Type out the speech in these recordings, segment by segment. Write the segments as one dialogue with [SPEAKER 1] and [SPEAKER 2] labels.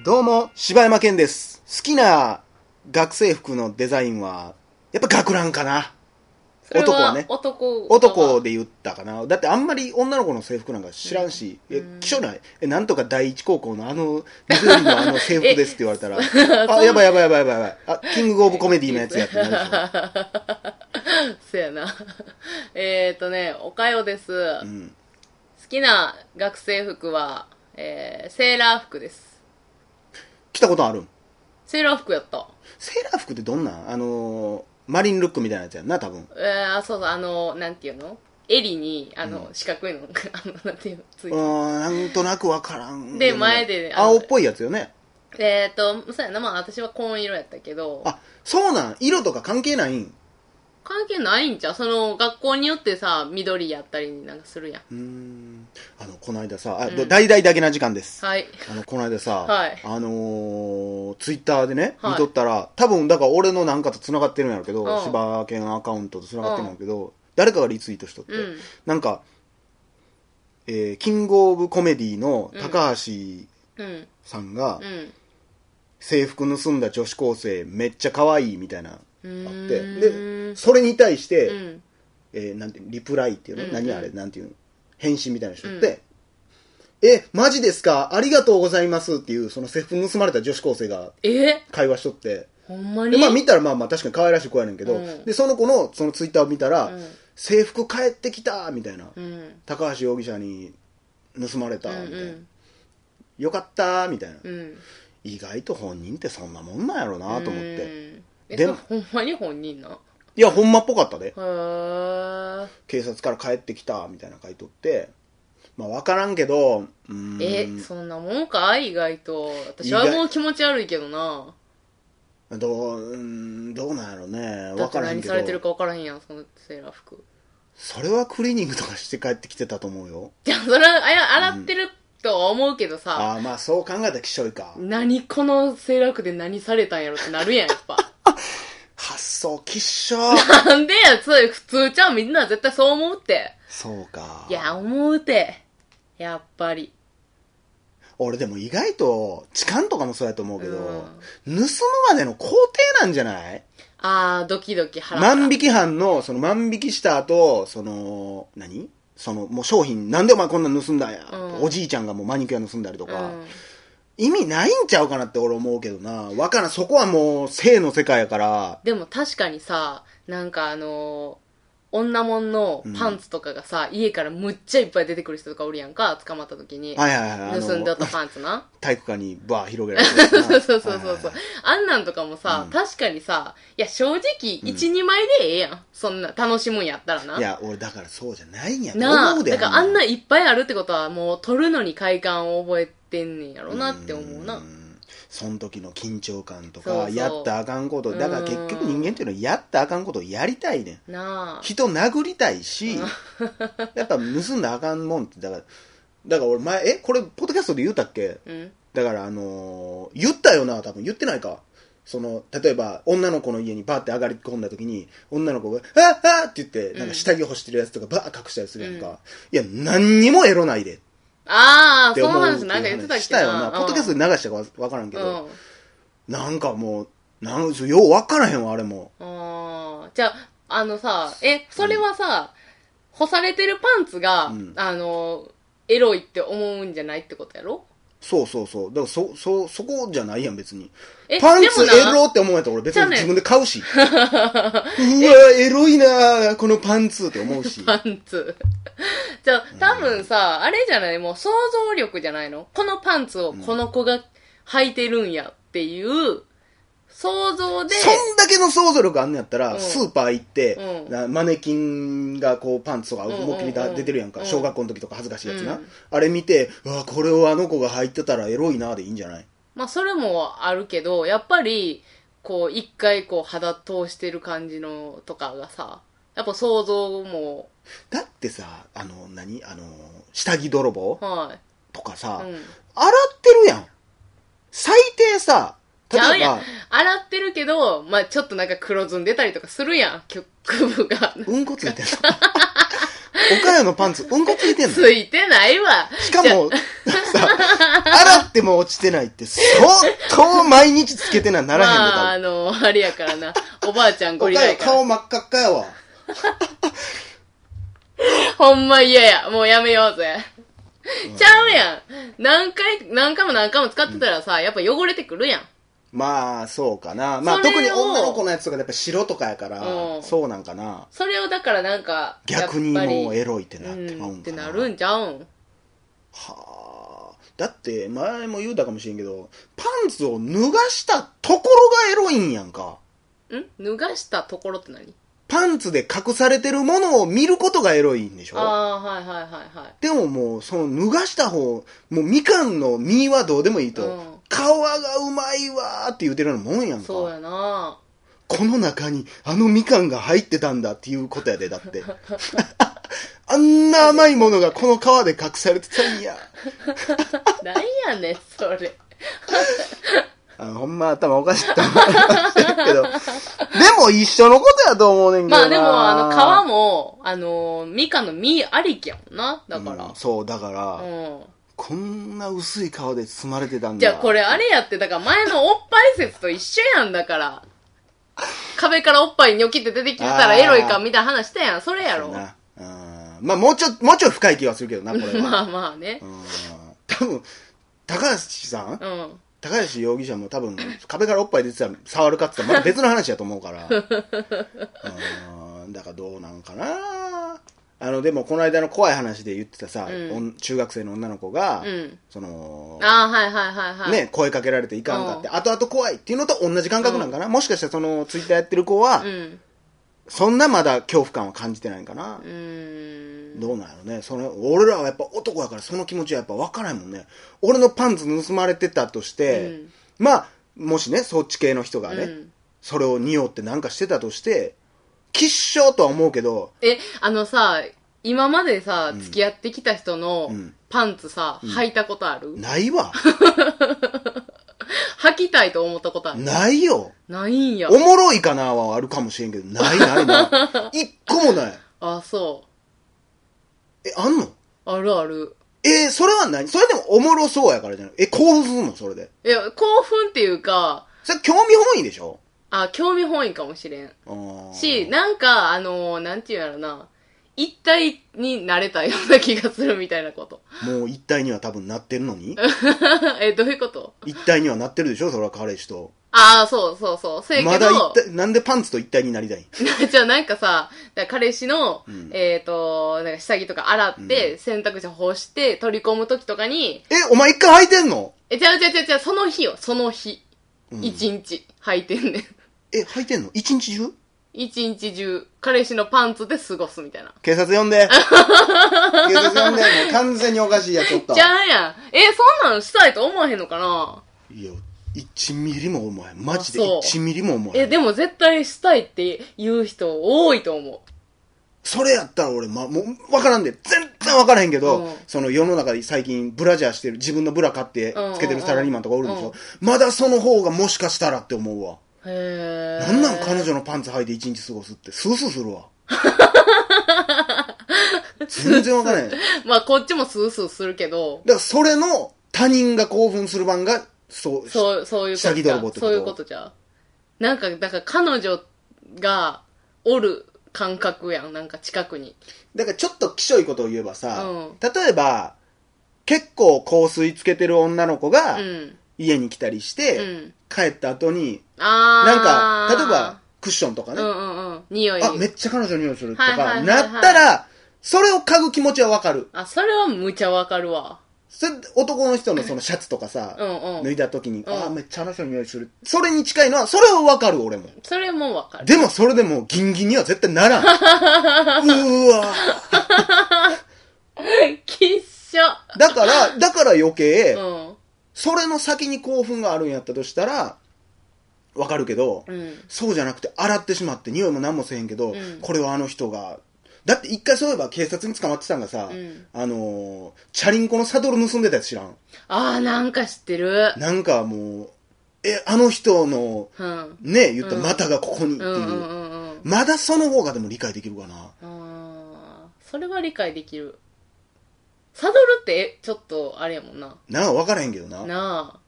[SPEAKER 1] どうも、柴山健です。好きな学生服のデザインは、やっぱ学ランかな。
[SPEAKER 2] それ
[SPEAKER 1] 男はね
[SPEAKER 2] 男
[SPEAKER 1] 男
[SPEAKER 2] で
[SPEAKER 1] で言ったかな。だってあんまり女の子の制服なんか知らんし、
[SPEAKER 2] うん
[SPEAKER 1] え
[SPEAKER 2] うん、
[SPEAKER 1] 気象ない。え、なんとか第一高校のあの、緑のあの制服ですって言われたら、 あ、やばいやばいやばいやばいやばい。あ、キングオブコメディのやつやってなるでしょ。
[SPEAKER 2] そやな えっとねおかよです、
[SPEAKER 1] う
[SPEAKER 2] 好
[SPEAKER 1] ん。
[SPEAKER 2] きな学生服は、えーセーラー服です
[SPEAKER 1] 着たことあるん
[SPEAKER 2] セーラー服やった
[SPEAKER 1] セーラー服ってどんなんあのー、マリンルックみたいなやつやんな、多分。
[SPEAKER 2] えー、あそうそうあのなんていうの襟にあの、四角いの あのなんていうのついうて
[SPEAKER 1] ん、なんとなくわからん。
[SPEAKER 2] で前であの
[SPEAKER 1] 青っぽいやつよね。
[SPEAKER 2] えっ、ー、とそうやなまあ私は紺色やったけど
[SPEAKER 1] あ、そうなん色とか関係ないん
[SPEAKER 2] 関係ないんちゃうその学校によってさ緑やったりなんかするやん
[SPEAKER 1] うーんあの、この間さ、あ、
[SPEAKER 2] うん
[SPEAKER 1] 大々だけな時間です。
[SPEAKER 2] はい
[SPEAKER 1] あの、この間さ、
[SPEAKER 2] はい
[SPEAKER 1] あのー、ツイッターでね、
[SPEAKER 2] はい
[SPEAKER 1] 見とったら、多分、だから俺のなんかと繋がってるんやろうけ
[SPEAKER 2] う
[SPEAKER 1] ど、
[SPEAKER 2] ん
[SPEAKER 1] 柴犬アカウントと繋がってるんやろうけど、誰かがリツイートしとって、
[SPEAKER 2] うん
[SPEAKER 1] なんか、えーキングオブコメディの高橋
[SPEAKER 2] うん
[SPEAKER 1] さんが、
[SPEAKER 2] うん
[SPEAKER 1] 制服盗んだ女子高生めっちゃ可愛いみたいな、あ
[SPEAKER 2] う
[SPEAKER 1] っ
[SPEAKER 2] ーん
[SPEAKER 1] て、で、それに対して、
[SPEAKER 2] うん
[SPEAKER 1] えーなんてリプライっていうの、
[SPEAKER 2] うんうん
[SPEAKER 1] 何あれなんていうの返信みたいな人って、えマジですかありがとうございますっていうその制服盗まれた女子高生が
[SPEAKER 2] え
[SPEAKER 1] 会話しとって
[SPEAKER 2] ほんま
[SPEAKER 1] で
[SPEAKER 2] に
[SPEAKER 1] まあ見たらまあまあ確かに可愛らしい子やねんけど、
[SPEAKER 2] うん
[SPEAKER 1] でその子のそのツイッターを見たら、
[SPEAKER 2] うん
[SPEAKER 1] 制服帰ってきたみたいな、
[SPEAKER 2] うん
[SPEAKER 1] 高橋容疑者に盗まれた
[SPEAKER 2] う
[SPEAKER 1] みたいな、
[SPEAKER 2] ん
[SPEAKER 1] よかったみたいな、
[SPEAKER 2] うん
[SPEAKER 1] 意外と本人ってそんなもんなんやろなと思って、い
[SPEAKER 2] うん
[SPEAKER 1] で
[SPEAKER 2] えで
[SPEAKER 1] も
[SPEAKER 2] もほんまに本人な
[SPEAKER 1] やほんまっぽかったで
[SPEAKER 2] へー
[SPEAKER 1] 警察から帰ってきたみたいな書いとってまあ分からんけどうーん
[SPEAKER 2] えそんなもんか意外と私は
[SPEAKER 1] 意外
[SPEAKER 2] もう気持ち悪いけどな
[SPEAKER 1] どううーんどうなんやろうね
[SPEAKER 2] だ
[SPEAKER 1] 分
[SPEAKER 2] って
[SPEAKER 1] からん
[SPEAKER 2] 何
[SPEAKER 1] け
[SPEAKER 2] されてる
[SPEAKER 1] ど
[SPEAKER 2] か分からへんやんそのセーラー服
[SPEAKER 1] それはクリーニングとかして帰ってきてたと思うよ
[SPEAKER 2] じゃあそれはあや洗ってるとは思うけどさ、
[SPEAKER 1] ああーまあそう考えたらきしょいか
[SPEAKER 2] 何このセーラー服で何されたんやろってなるやんやっ ぱ
[SPEAKER 1] 発想きっしょ
[SPEAKER 2] なんでやつ普通ちゃうみんな絶対そう思うって
[SPEAKER 1] そうか
[SPEAKER 2] いや思うてやっぱり
[SPEAKER 1] 俺でも意外と痴漢とかもそうやと思うけど、
[SPEAKER 2] うん
[SPEAKER 1] 盗むまでの工程なんじゃない
[SPEAKER 2] ああドキドキ腹が
[SPEAKER 1] 万引き犯のその万引きした後その何そのもう商品なんでお前こんなん盗んだんや、
[SPEAKER 2] うん
[SPEAKER 1] おじいちゃんがもうマニキュア盗んだりと
[SPEAKER 2] う
[SPEAKER 1] か、
[SPEAKER 2] ん
[SPEAKER 1] 意味ないんちゃうかなって俺思うけどなわからんそこはもう性の世界やから
[SPEAKER 2] でも確かにさなんかあのー女もんのパンツとかがさ、家からむっちゃいっぱい出てくる人とかおるやんか捕まった時に
[SPEAKER 1] はいはい はい。あの
[SPEAKER 2] 盗んだとパンツな
[SPEAKER 1] 体育館にバー広げられてる。
[SPEAKER 2] そうそうそうそう
[SPEAKER 1] はい
[SPEAKER 2] そ
[SPEAKER 1] は
[SPEAKER 2] う
[SPEAKER 1] いはい
[SPEAKER 2] あんなんとかもさ、
[SPEAKER 1] うん
[SPEAKER 2] 確かにさいや正直
[SPEAKER 1] うん
[SPEAKER 2] 12、枚でええやんそんな楽しむんやったらない
[SPEAKER 1] や、俺だからそうじゃないんやと
[SPEAKER 2] な
[SPEAKER 1] 思
[SPEAKER 2] あ
[SPEAKER 1] うで。
[SPEAKER 2] だからあんないっぱいあるってことはもう取るのに快感を覚えてんねんやろなって思うな。
[SPEAKER 1] んその時の緊張感と
[SPEAKER 2] そう
[SPEAKER 1] か、
[SPEAKER 2] そう
[SPEAKER 1] やったらあかんこと、だから結局人間っていうのはやったらあかんことをやりたいねん。
[SPEAKER 2] なあ
[SPEAKER 1] 人殴りたいし、やっぱ盗んだらあかんもんって、だから、だから俺前、え、これ、ポッドキャストで言うたっけ
[SPEAKER 2] うん
[SPEAKER 1] だからあのー言ったよな多分言ってないかその例えば女の子の家にバーって上がり込んだ時に女の子が「あっあっ!」って言ってなんか下着干してるやつとかバー隠したりするやんか、いや何にもエロないでっ
[SPEAKER 2] ああ
[SPEAKER 1] て
[SPEAKER 2] そ
[SPEAKER 1] 思
[SPEAKER 2] の
[SPEAKER 1] うっ
[SPEAKER 2] 話
[SPEAKER 1] ていう
[SPEAKER 2] なんか言ってたっけな
[SPEAKER 1] したよなポッドキャスト
[SPEAKER 2] うん
[SPEAKER 1] で流したかわ分からんけど、
[SPEAKER 2] うん
[SPEAKER 1] なんかもうなんよう分からへんわあれも
[SPEAKER 2] ああ、じゃあ、あのさ、え、それはさ、干されてるパンツが、
[SPEAKER 1] うん
[SPEAKER 2] あの、エロいって思うんじゃないってことやろ
[SPEAKER 1] そうそうそうだからそそそこじゃないやん別に
[SPEAKER 2] え、
[SPEAKER 1] パンツ
[SPEAKER 2] でもな
[SPEAKER 1] エロって思うんやったら俺別
[SPEAKER 2] じゃあ
[SPEAKER 1] に
[SPEAKER 2] ね
[SPEAKER 1] 自分で買うし うわエロいなこのパンツって思うし
[SPEAKER 2] パンツ。 じゃあ、多分さ、あれじゃないもう想像力じゃないのこのパンツをこの子が履いてるんやっていう、想像で、
[SPEAKER 1] そんだけの想像力あんのやったら、
[SPEAKER 2] うん
[SPEAKER 1] スーパー行って、
[SPEAKER 2] うん
[SPEAKER 1] なマネキンがこうパンツとか
[SPEAKER 2] んうんうん
[SPEAKER 1] 思いっきりだ出てるやんか、
[SPEAKER 2] うん
[SPEAKER 1] 小学校の時とか恥ずかしいやつな、
[SPEAKER 2] うん
[SPEAKER 1] あれ見てうわこれをあの子が履いてたらエロいなでいいんじゃない
[SPEAKER 2] まあそれもあるけど、やっぱり、こう、一回こう肌通してる感じのとかがさ、やっぱ想像も、
[SPEAKER 1] だってさあの何あの下着泥棒
[SPEAKER 2] はい。
[SPEAKER 1] とかさ、
[SPEAKER 2] う
[SPEAKER 1] 洗
[SPEAKER 2] ん
[SPEAKER 1] ってるやん最低さ
[SPEAKER 2] ちゃう
[SPEAKER 1] 例え
[SPEAKER 2] やん
[SPEAKER 1] ば。
[SPEAKER 2] 洗ってるけど、まあ ちょっとなんか黒ずんでたりとかするやん、局部が。
[SPEAKER 1] うんこついてる岡山のパンツ、うんこついてんの
[SPEAKER 2] ついてないわ。
[SPEAKER 1] しかも、さ、洗っても落ちてないって、相当毎日つけてなならへんの
[SPEAKER 2] まあ、あの、あれやからな。おばあちゃん
[SPEAKER 1] 多
[SPEAKER 2] ゴ
[SPEAKER 1] 分。
[SPEAKER 2] リ
[SPEAKER 1] 岡
[SPEAKER 2] ラや
[SPEAKER 1] 山
[SPEAKER 2] から。
[SPEAKER 1] 顔真っ赤っかやわ。
[SPEAKER 2] ほんま嫌や。もうやめようぜ。ちゃうやん。何回、何回も何回も使ってたらさ、やっぱ汚れてくるやん。
[SPEAKER 1] まあ、そうかな。まあ、
[SPEAKER 2] それを
[SPEAKER 1] 特に女の子のやつとかやっぱ白とかやから
[SPEAKER 2] う、ん
[SPEAKER 1] そうなんかな。
[SPEAKER 2] それをだからなんか、
[SPEAKER 1] 逆に
[SPEAKER 2] やっぱり
[SPEAKER 1] もうエロいってなってま
[SPEAKER 2] う、
[SPEAKER 1] うん
[SPEAKER 2] っ
[SPEAKER 1] ん
[SPEAKER 2] て
[SPEAKER 1] か
[SPEAKER 2] な
[SPEAKER 1] な。
[SPEAKER 2] るんちゃうん。
[SPEAKER 1] はあ。だって、前も言うたかもしれんけど、パンツを脱がしたところがエロいんやんか。
[SPEAKER 2] ん脱がしたところって何
[SPEAKER 1] パンツで隠されてるものを見ることがエロいんでしょ
[SPEAKER 2] ああー、はいはいはいはい。
[SPEAKER 1] でももう、その脱がした方、もうみかんの実はどうでもいいと、
[SPEAKER 2] うん
[SPEAKER 1] 皮がうまいわーって言うてるようなもんやん
[SPEAKER 2] そう
[SPEAKER 1] か。
[SPEAKER 2] やな
[SPEAKER 1] この中にあのみかんが入ってたんだっていうことやで、だ って。あんな甘いものがこの皮で隠されてたんや。
[SPEAKER 2] なんやねん、それ。
[SPEAKER 1] あのほんま頭おかしいと思いました けど。でも一緒のことやと思うねんけどな。
[SPEAKER 2] まあでも、あの、皮も、あのー、ミカの実ありきやもんな。だか
[SPEAKER 1] うん
[SPEAKER 2] ら。
[SPEAKER 1] そう、だから、
[SPEAKER 2] うん。
[SPEAKER 1] こんな薄い皮で包まれてたんだ。
[SPEAKER 2] じゃあこれあれやって、だから前のおっぱい説と一緒やん だから。壁からおっぱいにょきって出てきてたらエロいかみたいな話したやん。それやろ。
[SPEAKER 1] そうや
[SPEAKER 2] ま
[SPEAKER 1] なうんまあもうちょもうちょい深い気がするけどなこれは、
[SPEAKER 2] あまあね
[SPEAKER 1] う。ん、多分高橋さん
[SPEAKER 2] うん。
[SPEAKER 1] 高橋容疑者も多分壁からおっぱい出てたら触るかって言ったらまた別の話やと思う から、うん、だからどうなんかなあのでもこの間の怖い話で言ってたさ、
[SPEAKER 2] うん
[SPEAKER 1] おん中学生の女の子が、
[SPEAKER 2] うん。
[SPEAKER 1] その
[SPEAKER 2] ああ、はいはいはいはい。
[SPEAKER 1] ね、声かけられていかんかって、後々怖いっていうのと同じ感覚なんかな、もしかしたらそのツイッターやってる子は、
[SPEAKER 2] うん。
[SPEAKER 1] そんなまだ恐怖感は感じてないんかな、
[SPEAKER 2] うーん。
[SPEAKER 1] どうなんやろねその俺らはやっぱ男やからその気持ちはやっぱ分からんもんね俺のパンツ盗まれてたとして、まあもしねそっち系の人がね、
[SPEAKER 2] うん
[SPEAKER 1] それを匂ってなんかしてたとして吉祥とは思うけど
[SPEAKER 2] え、あのさ、今までさ、付き合ってきた人の
[SPEAKER 1] うん
[SPEAKER 2] パンツさ、履いたことある
[SPEAKER 1] ない わ
[SPEAKER 2] 履きたいと思ったことある
[SPEAKER 1] ないよ
[SPEAKER 2] ないんや
[SPEAKER 1] お。もろいかなはあるかもしれんけどないないない一個もない
[SPEAKER 2] あ、そ
[SPEAKER 1] えあんの
[SPEAKER 2] う。あるある。
[SPEAKER 1] えーそれは何それでもおもろそうやからじゃないえ興奮するのそれで
[SPEAKER 2] いや、興奮っていうか、
[SPEAKER 1] それ興味本位でしょ
[SPEAKER 2] あ、興味本位かもしれん。
[SPEAKER 1] あー
[SPEAKER 2] し、なんか、あのーなんていうんやろな、一体になれたような気がするみたいなこと。
[SPEAKER 1] もう一体には多分なってるのに
[SPEAKER 2] え、どういうこと
[SPEAKER 1] 一体にはなってるでしょそれは彼氏と
[SPEAKER 2] ああ、そうそうそう。せや
[SPEAKER 1] ま
[SPEAKER 2] け
[SPEAKER 1] だ
[SPEAKER 2] ど
[SPEAKER 1] 一、体、なんでパンツと一体になりたいん
[SPEAKER 2] じゃあなんかさ、だから彼氏の、
[SPEAKER 1] うん
[SPEAKER 2] えっ、と、なんか下着とか洗って、洗濯機干して、取り込む時とかに、
[SPEAKER 1] え、お前一回履いてんの
[SPEAKER 2] え、ちゃうちゃうちゃうちゃう、その日よ、その日。
[SPEAKER 1] うん
[SPEAKER 2] 一、日、履いてんねん。
[SPEAKER 1] え、履いてんの一日中
[SPEAKER 2] 一日中、彼氏のパンツで過ごすみたいな。
[SPEAKER 1] 警察呼ん で。警察呼んで。もう完全におかしいや、ちょっと
[SPEAKER 2] じ。ゃあやん。え、そんなんしたいと思わへんのかない
[SPEAKER 1] や、1ミリも思えん。マジで
[SPEAKER 2] あそう
[SPEAKER 1] 1ミリも思え
[SPEAKER 2] え、
[SPEAKER 1] ん。
[SPEAKER 2] でも絶対したいって言う人多いと思う。
[SPEAKER 1] それやったら俺、ま、もう、わからんで。全然わからへんけ
[SPEAKER 2] う
[SPEAKER 1] ど
[SPEAKER 2] ん、
[SPEAKER 1] その世の中で最近ブラジャーしてる、自分のブラ買って
[SPEAKER 2] うんうんうん
[SPEAKER 1] つけてるサラリーマンとかおるでし
[SPEAKER 2] うん
[SPEAKER 1] ょ。まだその方がもしかしたらって思うわ。
[SPEAKER 2] へー
[SPEAKER 1] なんなん彼女のパンツ履いて一日過ごすって、スースーする わ。全然わからへん。
[SPEAKER 2] まあこっちもスースーするけど、
[SPEAKER 1] だからそれの他人が興奮する版がそう
[SPEAKER 2] そう、そういうこ
[SPEAKER 1] 下
[SPEAKER 2] と
[SPEAKER 1] 着
[SPEAKER 2] じゃ
[SPEAKER 1] 泥
[SPEAKER 2] う
[SPEAKER 1] 棒ってこと
[SPEAKER 2] そういうことじゃうなんか、だから彼女がおる感覚やん、なんか近くに。
[SPEAKER 1] だからちょっときしょいことを言えばさ、
[SPEAKER 2] うん
[SPEAKER 1] 例えば結構香水つけてる女の子が
[SPEAKER 2] うん。
[SPEAKER 1] 家に来たりし
[SPEAKER 2] う
[SPEAKER 1] て、
[SPEAKER 2] ん。
[SPEAKER 1] 帰った後に
[SPEAKER 2] あー。
[SPEAKER 1] なんか例えば、クッションとか
[SPEAKER 2] う
[SPEAKER 1] ね、
[SPEAKER 2] んうんうん。匂い。
[SPEAKER 1] あめっちゃ彼女匂いすると
[SPEAKER 2] はいはいはい
[SPEAKER 1] か
[SPEAKER 2] はい
[SPEAKER 1] なったらそれを嗅ぐ気持ちはわかる
[SPEAKER 2] あ、それはむちゃわかるわ。
[SPEAKER 1] それ男の人のそのシャツとかさ、
[SPEAKER 2] うんう
[SPEAKER 1] 脱い
[SPEAKER 2] ん。
[SPEAKER 1] だ時に、
[SPEAKER 2] うん
[SPEAKER 1] あめっちゃあの人の匂いするそれに近いのはそれはわかる俺 も
[SPEAKER 2] それもわかる。
[SPEAKER 1] でもそれでもギンギンには絶対ならん。うーわ
[SPEAKER 2] きっしょ。
[SPEAKER 1] だから、だから余計、
[SPEAKER 2] うん。
[SPEAKER 1] それの先に興奮があるんやったとしたら、わかるけど、
[SPEAKER 2] うん。
[SPEAKER 1] そうじゃなくて洗ってしまって匂いも何もせへんけど、
[SPEAKER 2] うん
[SPEAKER 1] これはあの人が、だって一回そういえば警察に捕まってたんがさ、
[SPEAKER 2] うん
[SPEAKER 1] あのーチャリンコのサドル盗んでたやつ知らん
[SPEAKER 2] あー、なんか知ってる。
[SPEAKER 1] なんかもう、え、あの人の、
[SPEAKER 2] うん。
[SPEAKER 1] ね、言った
[SPEAKER 2] うん
[SPEAKER 1] 股がここにっていうう、
[SPEAKER 2] んうんうんうん。
[SPEAKER 1] まだその方がでも理解できるかな。
[SPEAKER 2] あーそれは理解できる。サドルって、えちょっと、あれやもんな。
[SPEAKER 1] なあ分からへんけどな
[SPEAKER 2] なあ。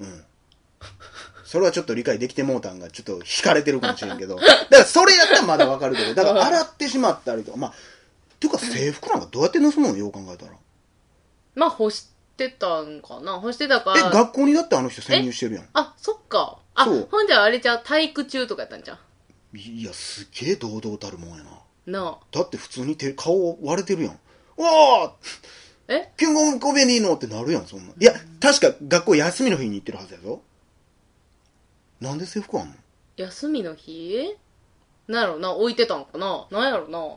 [SPEAKER 1] うんそれはちょっと理解できてもうたんがちょっと引かれてるかもしれんけどだからそれやったらまだ分かるけどだ から洗ってしまったりとかまあっていうか制服なんかどうやって盗むのよう考えたら
[SPEAKER 2] まあ、干してたんかな。干してたか
[SPEAKER 1] え
[SPEAKER 2] ら。
[SPEAKER 1] 学校にだってあの人潜入してるやん
[SPEAKER 2] あ、そっか。あ、
[SPEAKER 1] そう
[SPEAKER 2] ほんじゃあれじゃう体育中とかやったんじゃ
[SPEAKER 1] いやすげえ堂々たるもんやな
[SPEAKER 2] うな
[SPEAKER 1] だって普通に手顔割れてるやんわあ
[SPEAKER 2] あ。え
[SPEAKER 1] ピュンゴンコベニーのってなるやんそんないや確か学校休みの日に行ってるはずやぞなんで制服あんの
[SPEAKER 2] 休みの日なんやろな置いてたんかななんやろな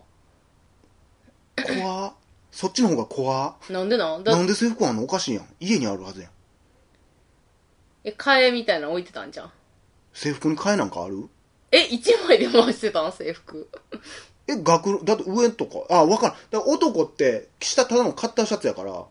[SPEAKER 1] 怖っそっちの方が怖っ
[SPEAKER 2] なんでなんだ
[SPEAKER 1] なんで制服あんのおかしいやん家にあるはずやん
[SPEAKER 2] え、替えみたいなの置いてたんじゃん。
[SPEAKER 1] 制服に替えなんかある
[SPEAKER 2] え、一枚で回してたん制服。
[SPEAKER 1] え学だって上とかあわからんだから男って下ただのカッターシャツやから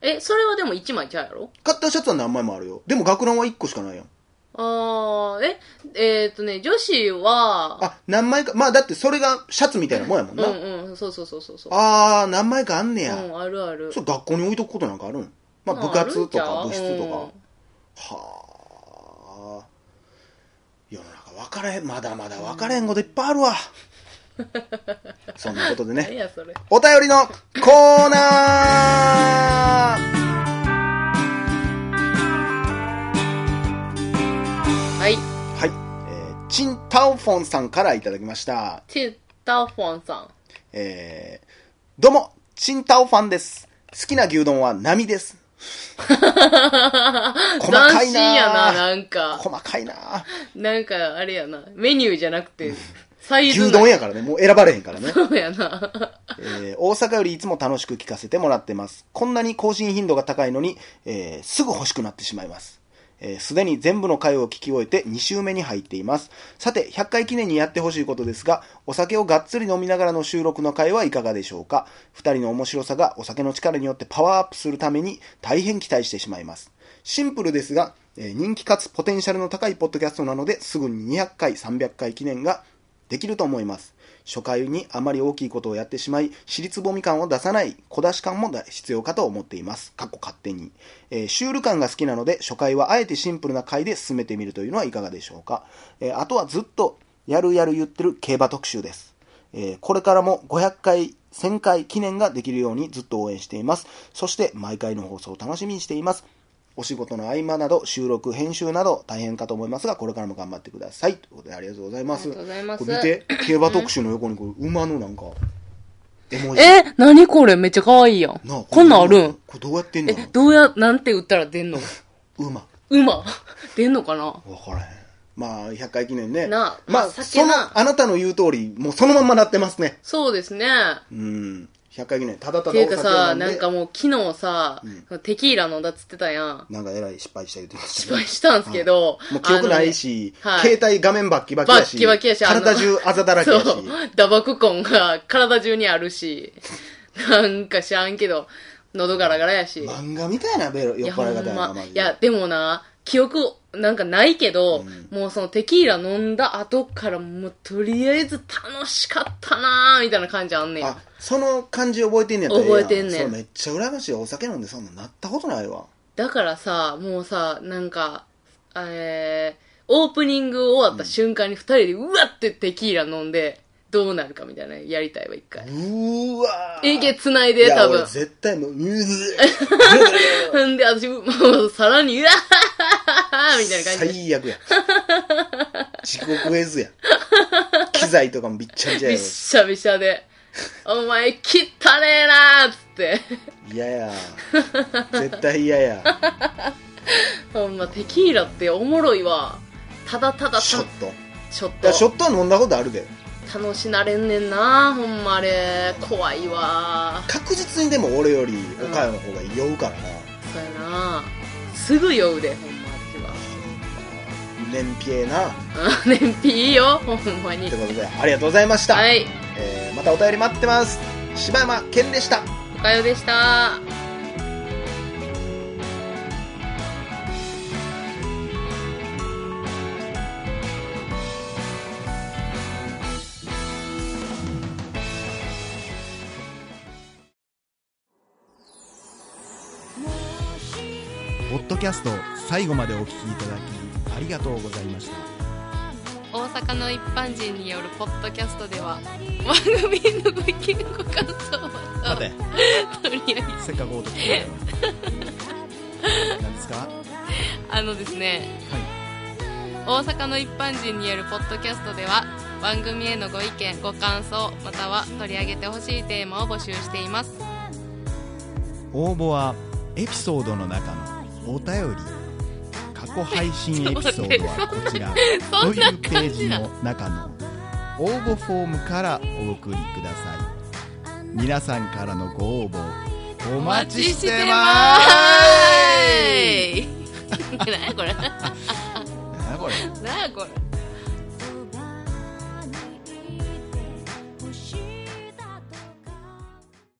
[SPEAKER 2] え、それはでも一枚ちゃうやろ
[SPEAKER 1] カッターシャツは何枚もあるよでも学ランは1個しかないやん
[SPEAKER 2] あー、え、えー、っとね、女子は、
[SPEAKER 1] あ何枚かまあだってそれがシャツみたいなもんやもん
[SPEAKER 2] う
[SPEAKER 1] な、
[SPEAKER 2] んうん、そうそうそうそうそう。
[SPEAKER 1] ああ何枚かあんねや、
[SPEAKER 2] うん、あるある。
[SPEAKER 1] そう学校に置いとくことなんかあるんまあ
[SPEAKER 2] まあ
[SPEAKER 1] 部活とか
[SPEAKER 2] あるん
[SPEAKER 1] 部
[SPEAKER 2] ちゃう
[SPEAKER 1] 室とか、
[SPEAKER 2] うん
[SPEAKER 1] はあ世の中分からへんまだまだ分からへんこといっぱいある わそんなことでね
[SPEAKER 2] 何やそれ。
[SPEAKER 1] お便りのコーナー
[SPEAKER 2] はい。
[SPEAKER 1] はい、えーチンタオフォンさんからいただきました。
[SPEAKER 2] チンタフォンさん。
[SPEAKER 1] えーどうも、チンタオファンです。好きな牛丼は波です。細かいな
[SPEAKER 2] 斬新やな、なんか。
[SPEAKER 1] 細かいな
[SPEAKER 2] なんか、あれやな。メニューじゃなくて、サイズ。
[SPEAKER 1] 牛丼やからね、もう選ばれへんからね。
[SPEAKER 2] そうやな。
[SPEAKER 1] えー大阪よりいつも楽しく聞かせてもらってます。こんなに更新頻度が高いのに、えーすぐ欲しくなってしまいます。えーすでに全部の回を聞き終えて2週目に入っています。さて、100回記念にやってほしいことですが、お酒をがっつり飲みながらの収録の回はいかがでしょうか ?2 人の面白さがお酒の力によってパワーアップするために大変期待してしまいます。シンプルですが、えー人気かつポテンシャルの高いポッドキャストなのですぐに200回、300回記念ができると思います初回にあまり大きいことをやってしまい尻つぼみ感を出さない小出し感も必要かと思っています過去勝手に、えーシュール感が好きなので初回はあえてシンプルな回で進めてみるというのはいかがでしょうか、えーあとはずっとやるやる言ってる競馬特集です、えーこれからも500回1000回記念ができるようにずっと応援していますそして毎回の放送を楽しみにしていますお仕事の合間など収録編集など大変かと思いますがこれからも頑張ってくださいということでありがとうございます
[SPEAKER 2] ありがとうございます
[SPEAKER 1] これ見て競馬特集の横にこれ馬のなんか絵文字
[SPEAKER 2] え、何これめっちゃ可愛いやん。
[SPEAKER 1] なあ
[SPEAKER 2] こんなんあるん
[SPEAKER 1] これどうやってんの
[SPEAKER 2] え、どうや、なんて打ったら 出んの
[SPEAKER 1] 馬
[SPEAKER 2] 馬出んのかな
[SPEAKER 1] 分からへんまあ100回記念ね
[SPEAKER 2] なあ
[SPEAKER 1] ま
[SPEAKER 2] ま
[SPEAKER 1] あ
[SPEAKER 2] あ酒
[SPEAKER 1] その
[SPEAKER 2] な
[SPEAKER 1] あなたの言う通りもうそのまんまなってますね
[SPEAKER 2] そうですね。
[SPEAKER 1] うん100回記念ただただ
[SPEAKER 2] って
[SPEAKER 1] お
[SPEAKER 2] い
[SPEAKER 1] 酒を
[SPEAKER 2] うか
[SPEAKER 1] 飲
[SPEAKER 2] さ、
[SPEAKER 1] ん
[SPEAKER 2] なん
[SPEAKER 1] で
[SPEAKER 2] かもう昨日さ、テキーラ飲んだっつってたやん。
[SPEAKER 1] なんかえらい失敗した言ってました
[SPEAKER 2] 失敗したんすけど。
[SPEAKER 1] もう記憶ないし、
[SPEAKER 2] あのねはい
[SPEAKER 1] 携帯画面バッキバキ
[SPEAKER 2] バ
[SPEAKER 1] や
[SPEAKER 2] ッ
[SPEAKER 1] し
[SPEAKER 2] キバキやし、あの
[SPEAKER 1] 体中あざだらけやし
[SPEAKER 2] そう。打撲痕が体中にあるし、 なんか知らんけど、喉ガラガラやし。
[SPEAKER 1] 漫画みたいなベロ酔っ払い方や
[SPEAKER 2] ほ
[SPEAKER 1] な、
[SPEAKER 2] ん
[SPEAKER 1] マ
[SPEAKER 2] ま
[SPEAKER 1] ジ
[SPEAKER 2] い
[SPEAKER 1] で
[SPEAKER 2] や、でもな、記憶、なんかないけど、もうそのテキーラ飲んだ後から、もうとりあえず楽しかったなーみたいな感じあんねん。
[SPEAKER 1] あその感じ覚えてんねやったらええや
[SPEAKER 2] 覚えてんね
[SPEAKER 1] そ
[SPEAKER 2] ん
[SPEAKER 1] れめっちゃ羨ましいお酒飲んでそんなんなったことないわ
[SPEAKER 2] だからさ、もうさ、なんか、えー、オープニング終わった瞬間に二人で、うわってテキーラ飲んで、どうなるかみたいなのやりたいわ、一
[SPEAKER 1] う
[SPEAKER 2] 回。
[SPEAKER 1] ーわー
[SPEAKER 2] えげつない
[SPEAKER 1] い
[SPEAKER 2] で、
[SPEAKER 1] や
[SPEAKER 2] 多
[SPEAKER 1] 俺
[SPEAKER 2] 分。
[SPEAKER 1] 絶対もううー
[SPEAKER 2] んで、私、もう、さらに、うわはははみたいな感じ
[SPEAKER 1] 最
[SPEAKER 2] で。
[SPEAKER 1] 悪や地獄絵図や機材とかもびっちゃびちゃ
[SPEAKER 2] び
[SPEAKER 1] や
[SPEAKER 2] っ
[SPEAKER 1] ろ
[SPEAKER 2] しゃびしゃで。お前、切ったねえなーっつって。
[SPEAKER 1] 嫌や絶対嫌や
[SPEAKER 2] ほんま、テキーラっておもろいわ。ただただた、
[SPEAKER 1] シ
[SPEAKER 2] ち
[SPEAKER 1] ョッ
[SPEAKER 2] ょ
[SPEAKER 1] トい
[SPEAKER 2] っ
[SPEAKER 1] やショ
[SPEAKER 2] と、
[SPEAKER 1] ットは飲んだことあるで
[SPEAKER 2] 楽しなれんねんなほんまあれ。怖いわ
[SPEAKER 1] 確実にでも俺より岡山の方が酔うからな、
[SPEAKER 2] そうやなすぐ酔うで、ほんま、私は。
[SPEAKER 1] 年平なっ
[SPEAKER 2] あ燃費いいよ、ほんまに
[SPEAKER 1] て。ことでありがとうございました、
[SPEAKER 2] はい、
[SPEAKER 1] えーまたお便り待ってます柴山健でした
[SPEAKER 2] おかよでした。
[SPEAKER 3] 「
[SPEAKER 1] ポッドキャスト最後までお聞きいただきありがとうございました
[SPEAKER 2] 大阪の一般人によるポッドキャストでは番組へのご意見ご感想ま
[SPEAKER 1] 待て
[SPEAKER 2] たとりあえず
[SPEAKER 1] せっかく男だ から何ですかは
[SPEAKER 2] あのですね大阪の一般人によるポッドキャストでは番組へのご意見ご感想または取り上げてほしいテーマを募集しています
[SPEAKER 1] い応募はエピソードの中のお便り過去配信エピソードはこちら
[SPEAKER 2] そ
[SPEAKER 1] と
[SPEAKER 2] ん
[SPEAKER 1] い
[SPEAKER 2] な
[SPEAKER 1] うペ
[SPEAKER 2] 感
[SPEAKER 1] ー
[SPEAKER 2] じ
[SPEAKER 1] ジ
[SPEAKER 2] な
[SPEAKER 1] の中の応募フォームからお送りください皆さんからのご応募お待ちしてま
[SPEAKER 2] 何やこれ
[SPEAKER 1] すなん やこれ
[SPEAKER 2] 何やこれ